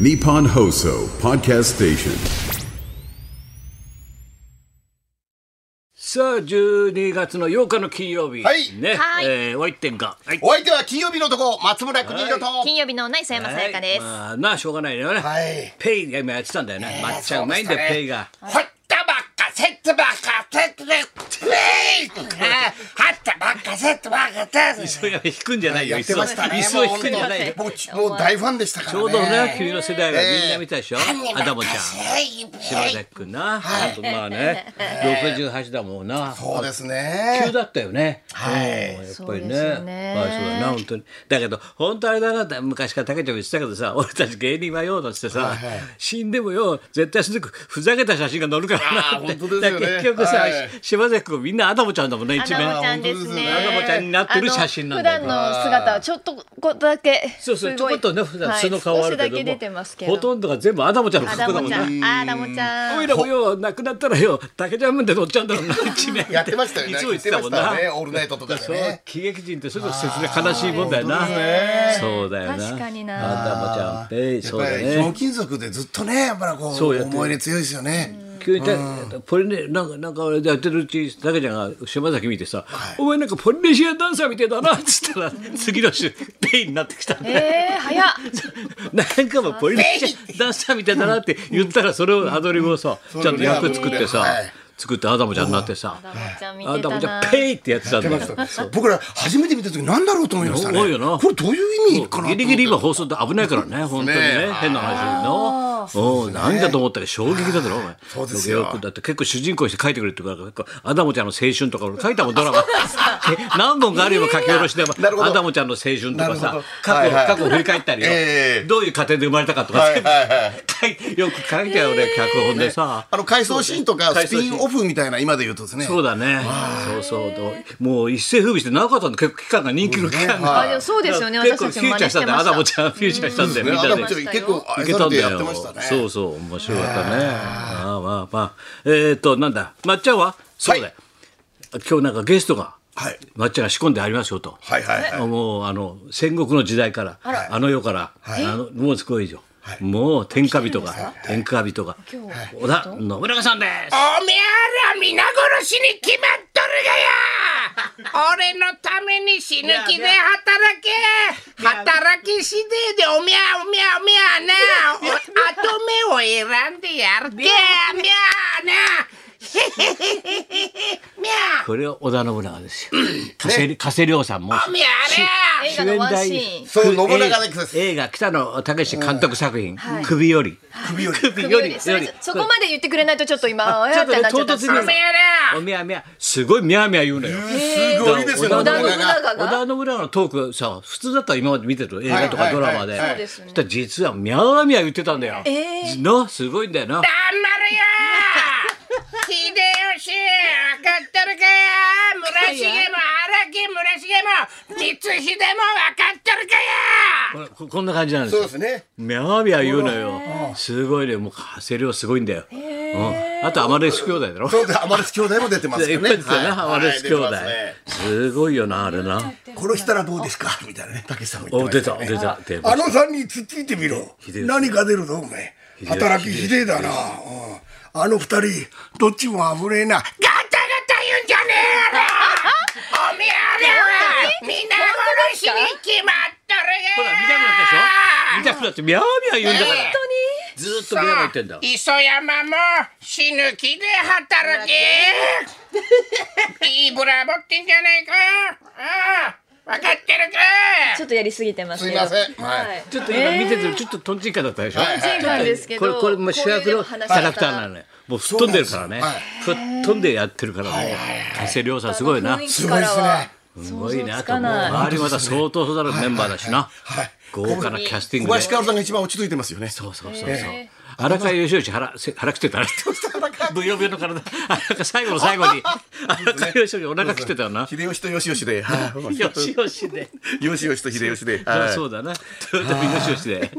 Nippon Hoso Podcast Station. さあ12月の8日の金曜日、はいね、はいえー、おいってんか、はいお相手は金曜日の男松村邦人と。金曜日のないさやまさやかです。はいまあ、なあしょうがないよね、はいペイが今やってたんだよね、まっちゃんうまいんだよ、そうでしたねペイがほったばっかせったばっかせったばっかせったばっかせったばっか急いで引くんじゃないよやってましたね椅子を椅子を引くんじゃないよもう本もうもう大ファンでしたからちね。ょうどね君の世代はええみんな見たでしょ、アダモちゃん柴ん。崎くんな、あとまあね68だもんなそうです急ね。だったよね。はいうんやっぱりそうね。ですよねまあそうだな本当に。だけど本当あれだなって昔から竹ちゃんも言ってたけどさ、 俺たち芸人はようだっつってさ、はいはい死んでもよ絶対鈴くふざけた写真が載るからなあーって。本当ですよねだから結局さ、はい柴崎君みんなアダモちゃんだもんねア一ダモ面ち。ゃんですね。あアダモちゃんになってる写真なんだよあの普段の姿はちょっとこだけそうそうちょこっとね普段素の顔あるけはい、少しだけ出てども、ますけど。ほとんどが全部アダモちゃんのア格ダ好だモもんちねゃ。ん、あアダモちゃおいん。らもよ亡くなったらよ竹ちゃん分で乗っちゃうんだろうな一面ってやってましたよね。いつも言ってたもん言なってましたねオールナイトとかでそうね。喜劇人ってそういうの切な悲しいもんだよなあー本当ですねそうだよな確かになアダモちゃんペイやそっうぱだりひょねうきん族でずっとねやっぱりこそうやうってる思い入れ強いですよね。急にたポリネなんかなんかやってるうちだけじゃんが島崎見てさ「お前なんかポリネシアンダンサーみたいだな」っつったら次の週ペイになってきたんだよえー、早っ。なんかもうポリネシアンダンサーみたいだなって言ったらそれをアドリブをさちゃんと役作ってさはい作ってアダモちゃんになってさアダモちゃん見アてダたモちゃ。なんペイってやってたんだよ僕ら初めて見た時なんだろうと思いましたね。多いよなこれどういう意味かなと思って。ギリギリ今放送って危ないからね、本当にねね、変な話の。おう、何だと思ったら衝撃だぞ、お前。そうですよくだって結構主人公にして書いてくれって言うから、結構アダモちゃんの青春とか俺書いたもん、ドラマ。 何本かあるよ、書き下ろしで。なるほどアダモちゃんの青春とかなるほさど、過はい去、はい過去を振り返ったりよええ。どういう家庭で生まれたかとかはいはいは全部書いよく書いてよ、俺、脚本でさ。あの回想シーンとか回ス想シーンピンオフみたいな今で言うとですね。そうだね。そうそう。どうもう一世風靡して長かったんだ、結構期間が人気の期間が。あ、でもそうですよね。私結構たフちュもー真チャーし似してたんだよ、ましアダたモ。ちゃん、フューチャーしたんだよ、ね、みんアなダでム。ちゃん結構い愛けさたれんてだやっよてましたね。。そうそう、面白かったね。まあまあまあ。えっ、ー、と、なんだ、まっちゃんはそうだよ。今日なんかゲストが、はいまっちゃんが仕込んでありますよと。はいはいはい。もうあの戦国の時代からあの世から、あのもうすごいよ、もう天下人が天下人が織田信長さんですおめえら皆殺しに決まっとるがや俺のために死ぬ気で働け働きしでえでおみゃおみゃおみゃなお後目を選んでやるけみゃなへへへへへへみゃ これは織田信長ですよ加瀬加瀬亮さんもおみゃれ映画のワンシーン。そう信長の役です。映画北野武監督作品「首より」首より。首首よりそれそこまで言ってくれないとちょっと今、ちょっとてねなっちゃ唐ったんで突すによおめえらおみやみやすごいみやみや言うのよすごいですよ、信織田長信が。長織が。田信長のトークさ普通だったら今まで見てる映画とかはいドラマで、はいはいそうですねそしたら実はみゃーみゃー言ってたんだよ、えなすごいんだよな頑張るよ秀吉分かってるかや村重も荒木村重も光秀も分かってるかやここんな感じなんですそうよですね。みゃーみゃー言うのよすごいねもう加瀬亮すごいんだよ、うん、あとアマレス兄弟だろそうです。アマレス兄弟も出てま すいよっね。ぱいですよね、はいアマレス兄弟はい出てますねすごいよなあれな殺したらどうですかみたいなね、たけしさんも言おって出ましたたよね。出た出あたの三人つっついてみろ吉。何か出るぞ、お前。働きひでえだな。うんあの二人、どっちも危ねえな。ガタガタ言うんじゃねえよおめえらは皆殺しに決まっとるよほら見たくなったでしょ見たくなってみゃーみゃー言うんだからええずーっとみゃーみゃー言ってんだよ磯山も死ぬ気で働けいいブラボってんじゃねえかああ分かってるかちょっとやりすぎてますすけいど。ません。ははい。い。ちょっと今見ててもちょっとトンチンカンだったでしょ、はい前回ですけこれど。これもう主役のキャラクターなの。のよもう吹っ飛んでるからね、吹っ飛んでやってるからね加瀬亮さんすごいな雰囲す気からは。ごいなとつか思うない周りまた相当育るメンバーだしなはい。豪華なキャスティング小で林薫さんが一番落ち着いてますよね。そうそうそうそう荒川義義腹せ腹切ってた ねブヨブヨの体 荒川最後の最 後に荒川義義お腹切ってたよ な秀吉と吉吉 で。はいよしよしで吉吉と秀吉で。あはいそうだな。トヨタ美濃市で。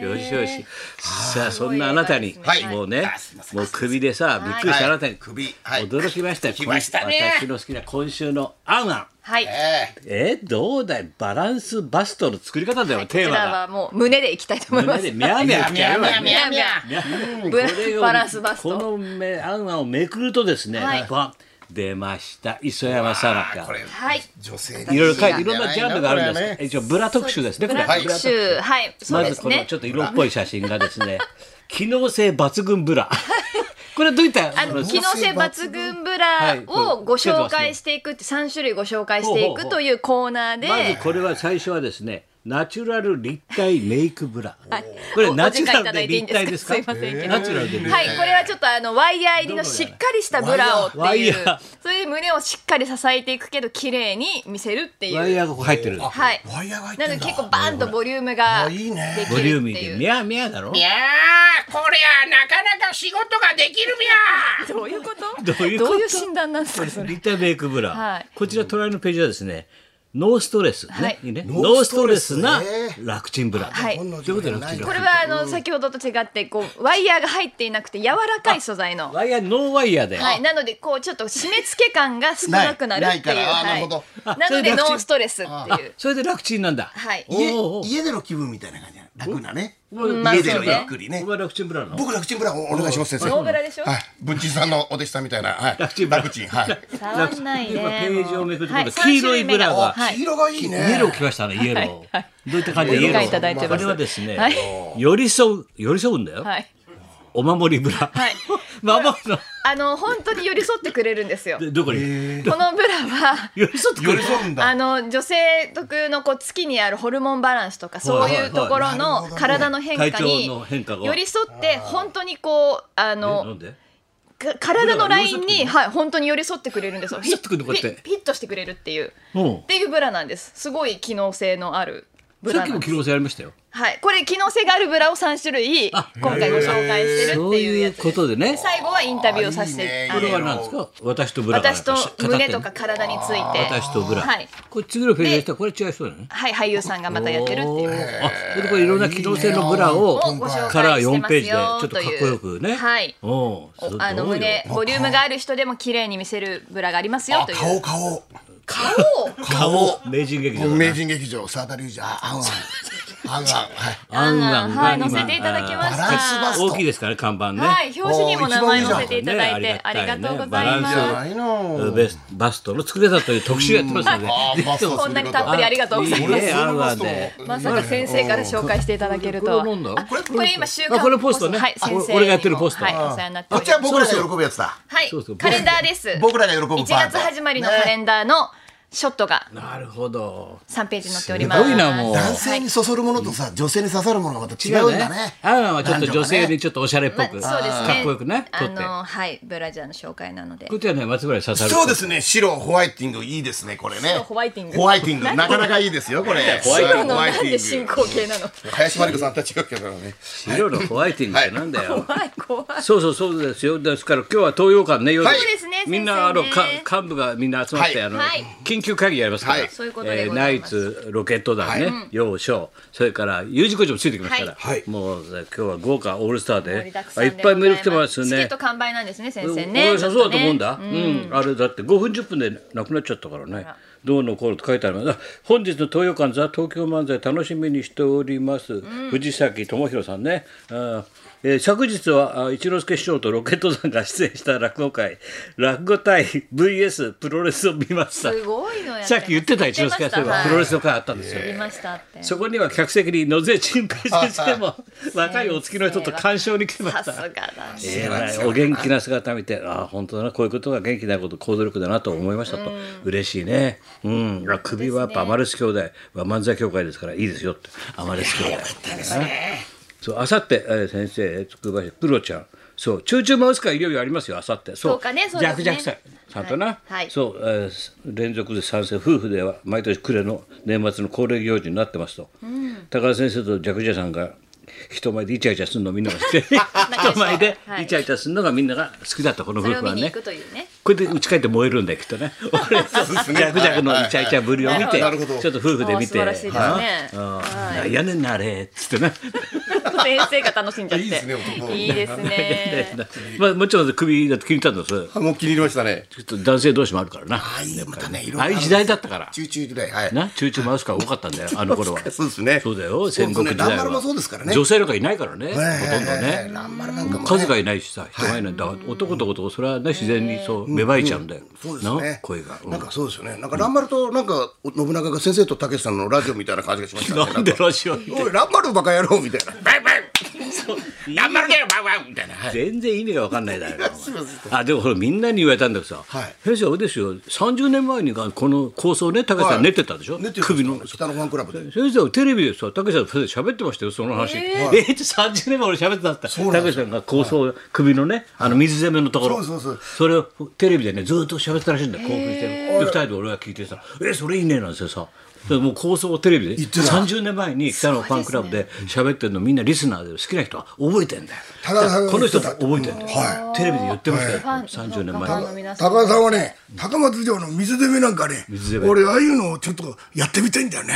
よしよし。さあ、そんなあなたにはい、もうねあすいま、せんもう首でさ、びっくりしたあなたに。首はい驚きましたよ。きましたね私の好きな今週のアンアン。はい。えええどうだいバランスバストの作り方だよ、こテーちマらがはもう胸でいきたいと思いま胸です。ミャーミャーってやるわけみやみやいやブラこれをバランスバストこのめ案をめくるとですね、はいバン出ました磯山さなかこれはい。女性いろいろ書いていいいろんなジャンルがあるんですこれけねど一応ブラ特集ですねこブれラはッいクシューはい。そまうでずすこのねちょ。っと色っぽい写真がですね 機能性抜群ブラ これはどういったあもののです機か能性抜群ブはラいをご紹介していくって3種類ご紹介していくというコーナーでまずこれは最初はですねナチュラル立体メイクブラ、こおれおナチュラお時間いたルだでいていいん立ですか体ですかすいませんけどナチュラルで立体はい、これはちょっとあのワイヤー入りのしっかりしたブラをってワイいヤうーそれで胸をしっかり支えていくけど綺麗に見せるっていワうイヤーがこう入ってるはいワイヤーが入ってなんだので結構バーンとボリュームがあでいきいねるってボリューミーでミいうャーミャーだろいやーこりゃなかなか仕事ができるみゃどういうことどういうことどういう診断なんですかそれ立体メイクブラ、はいこちら隣のページはですねノーストレス、ねはいいいねノノーースストトレレススなね楽ちんブラ、はいこんなということでない楽ちんブこラれはあの先ほどと違ってこうワイヤーが入っていなくて柔らかい素材のワイヤーノーワイヤーで、はい、なのでこうちょっと締め付け感が少なくなるっていないうないからあーはなるほどなのであそれ楽ノちんーストレスっていうそれで楽ちんなんだ、はいお家うおう家での気分みたいな感じ楽なねんまあ家でそのうゆねっくりこれねは楽ちんブラなの僕楽ちんブラおお願いします先ノーブ生ラでしょはい文鎮さんのお弟子さんみたいなはい楽ちんブラ楽ちんはい触んないで今ページをめくるとは今度黄色いブラが三種類目黄色がいいイエローね来ましたねイエロー、どういった感じでイエロご理解いただいてーこますれはですね、はい寄り添う寄り添うんだよ、はい、お守りブラ、 はい守るのあの本当に寄り添ってくれるんですよでどこに、このブラは寄り添ってく寄れりる添うんだあの女性特のこう月にあるホルモンバランスとかそういうところはいのはいはい体の変化体に調の変化が寄り添って本当にこうあえなのんでか体のライン寄り添ってくれにるはい本当に寄り添ってくれるんですよ寄り添ってくるのこうやってピピッとしてくれるっていううんっていうブラなんですすごい機能性のあるブさっラきなもんで機す能性ありましたよはいこれ機能性があるブラを三種類今あ回ご紹介してるっそうていういやうつですことでね最後はインタビューをさせてあいいねあこのれは何ですか私とブラが私と胸とか体について私とブラ、はいこれ次のページでしたらこれ違う人だねはい俳優さんがまたやってるっていうあそれでこれいろんな機能性のブラををご紹から介して4まペすージでちょよっととかっいうこよくねはいおおあの胸ボリュームがある人でも綺麗に見せるブラがありますよという顔顔顔を顔名人劇場だ名人劇場沢田隆二ああんあんあんあんはいアンアンがはい今載せていただきましたバランスバスト大きいですから看板ねはい表紙にも名前載せていただいねてありがとうごバざラいンますスないのベスバストの作り方という特集やってますのであーバストこんなにたっぷりありがとうございいいますねアンアンでまさか先生から紹介していただけるとは。これこれなんだあこれ今週刊あこれポストねはい、先生あ俺がやってるポストはい、お世話になっておこりっちは。ます僕らが喜ぶやつだはいそうそう、カレンダーです。僕らが喜ぶパート1月始まりのカレンダーのショットがなるほど3ページ載っておりすます。ごいなもう男性にそそるものとさ女性に刺さるものがまた違うんだねアンアンはちょっと女性男がにねちょっとおしゃれっぽまあ、く、そうですね。かっこよくね撮あっての、はい、ブラジャーの紹介なのでこ。っちはね松村に刺さるそうですね白ホワイティングいいですねこれね白ホワイティングホワイティングなかなかいいですよこれホワイティあの、なんで進行形なの。林真理子さんとは違うけどね白のホワイティングってなんだよ、怖い、怖い。そうそうそうですよですから今日は東洋館ね夜、はいそうですねみん先なあ生のねか幹部がみんな集まって、はいあのはい緊急会議やりますから、はいそういうことでごナざいイますツロケット団ね、要所それから U 字工事もついてきましたから、はいはいもう今日は豪華オールスターで盛りだくさんいでっぱいメール来てますよチケッねト。完売なんですね、先生こね。れ良さそうだと思うんだ、ちうょっとねんあれだって5分10分でなくなっちゃったからねらどうのこうのって書いてあるあ本日の東洋館ザ東京漫才楽しみにしております、藤崎智弘さんね、うんえー昨日はあ一之輔師匠とロケットさんが出演した落語会落語対 VS プロレスを見ましたすごいのやってますさっき言ってた一之輔師匠がプロレスの会あったんですよ、言いましたって。そこには客席に野瀬陳平先生も若いお付きの人と鑑賞に来てましさすたがだね。えらいお元気な姿見 てああ本当だなこういうことが元気なこと行動力だなと思いましたと、嬉しいねうんあ首はやっぱアマレス兄弟は漫才協会ですからいいですよってアマレス兄弟そうあさって先生つくば市プロちゃんそうチューチューマウス会いよいよありますよあさってそうそうかねそうでジャすねクジャクさんさんとな、はいはいそう、えー連続で賛成夫婦では毎年暮れの年末の恒例行事になってますと、高田先生とジャクジャさんが人前でイチャイチャするのをみんなが知って 人前でイチャイチャするのがみんなが好きだったこのそ夫れを婦見はに行ねくというね。これで家帰って燃えるんだよきっと ね 俺とジャクジャクのイチャイチャぶりを見てちょっと夫婦で見てあー素晴らしいですねあーなんやねんなあれ」っつってね先生が楽しんじゃって。いいですね男いいです ね。 まあ、もちろん首だって切れたんだそれちあもう気に入りましたね。ょっと男性同士もあるからなああいうのかね、ああいう時代だったから中中時代、はい。な中中マウスカー多かったん だよあの頃はそうですね。そうだよ戦国時そうで代すねランバルはもそうですからね女性なんかいないからねほとんどえねーランバルなんかも、ね。数がいないしさ人がいないんだ男と男それはね自然にそう芽生えちゃうんだよそうですなね。声がうんなんかそうですよね。なんかランバルとなんか信長が先生とたけしさんのラジオみたいな感じがしましたね。 なんでかラジオにおいランバルバカ野郎みたいな。バンバン頑張るけよバンバンみたいなはい全然意味が分かんないだろ あでもこれみんなに言われたんだけどさはい弊社はあれですよ30年前にがこの構想ね高橋さん寝てたでしょ寝てる首んのですか北のファンクラブで。先生はテレビでさたけしさんと喋ってましたよその話えー、って30年前俺喋ってたってうなたんけでしさんが構想、首のねあの水攻めのところ、そうそうそうれをテレビでねずーっと喋ってたらしいんだよ興奮してで二人で俺が聞いてさ「えー、それいいね」なんてさでもう構想をテレビでってた30年前に北のファンクラブで喋ってるのみんなリスナーで好きな人は覚えてんだよ高田さんがこの人言覚っえてたてんだよ、はテレビで言ってましたよ、はい30年ファンの前皆さん。高田さんはね高松城の水攻めなんかね水攻め俺ああいうのをちょっとやってみたいんだよね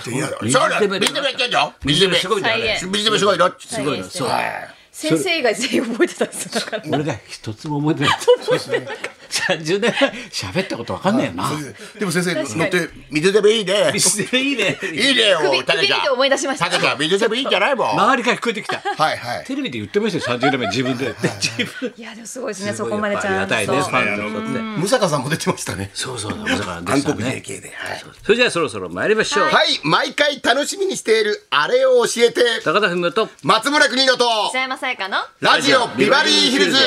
って言いながらそうだ水め攻めやってんじゃん水攻めすごいんだよあれ再現。水攻めすごいのすごいなそう先生以外全員覚えてたんですよ。だから俺が一つも覚えてない。30年前喋ったことわかんないよな。でも先生乗って水攻めいいね水でいいね。いいねよ首たけ首ちゃんで思い出しましたたけちゃん水攻めいいんじゃないもん周りから聞こえてきた。はいはい。テレビで言ってましたよ、30年前自分で。で自分いやでもすごいですね。そこまでちやゃっぱんと。ありがたいね、ファンのことで。ムサカさんも出てましたね。そうそうそう、だからでした暗黒ね系。系で。はい。それじゃあそろそろ参りましょう。はい、毎回楽しみにしているあれを教えて高田文夫と、松村邦乃と北山さやかの。ラジオビバリーヒルズ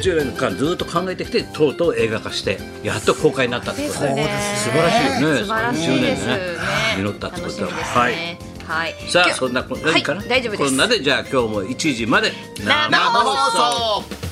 30年間ずっと考えてきて、とうとう映画化して、やっと公開になったってでことすで。ね。素晴らしいよね。素晴らしいですね30年。でね実ったってことだもん楽しみですはい。ね。はい。さあ今日そんなこんはないかな、大丈夫ですこんなでじゃあ今日も1時まで生生放送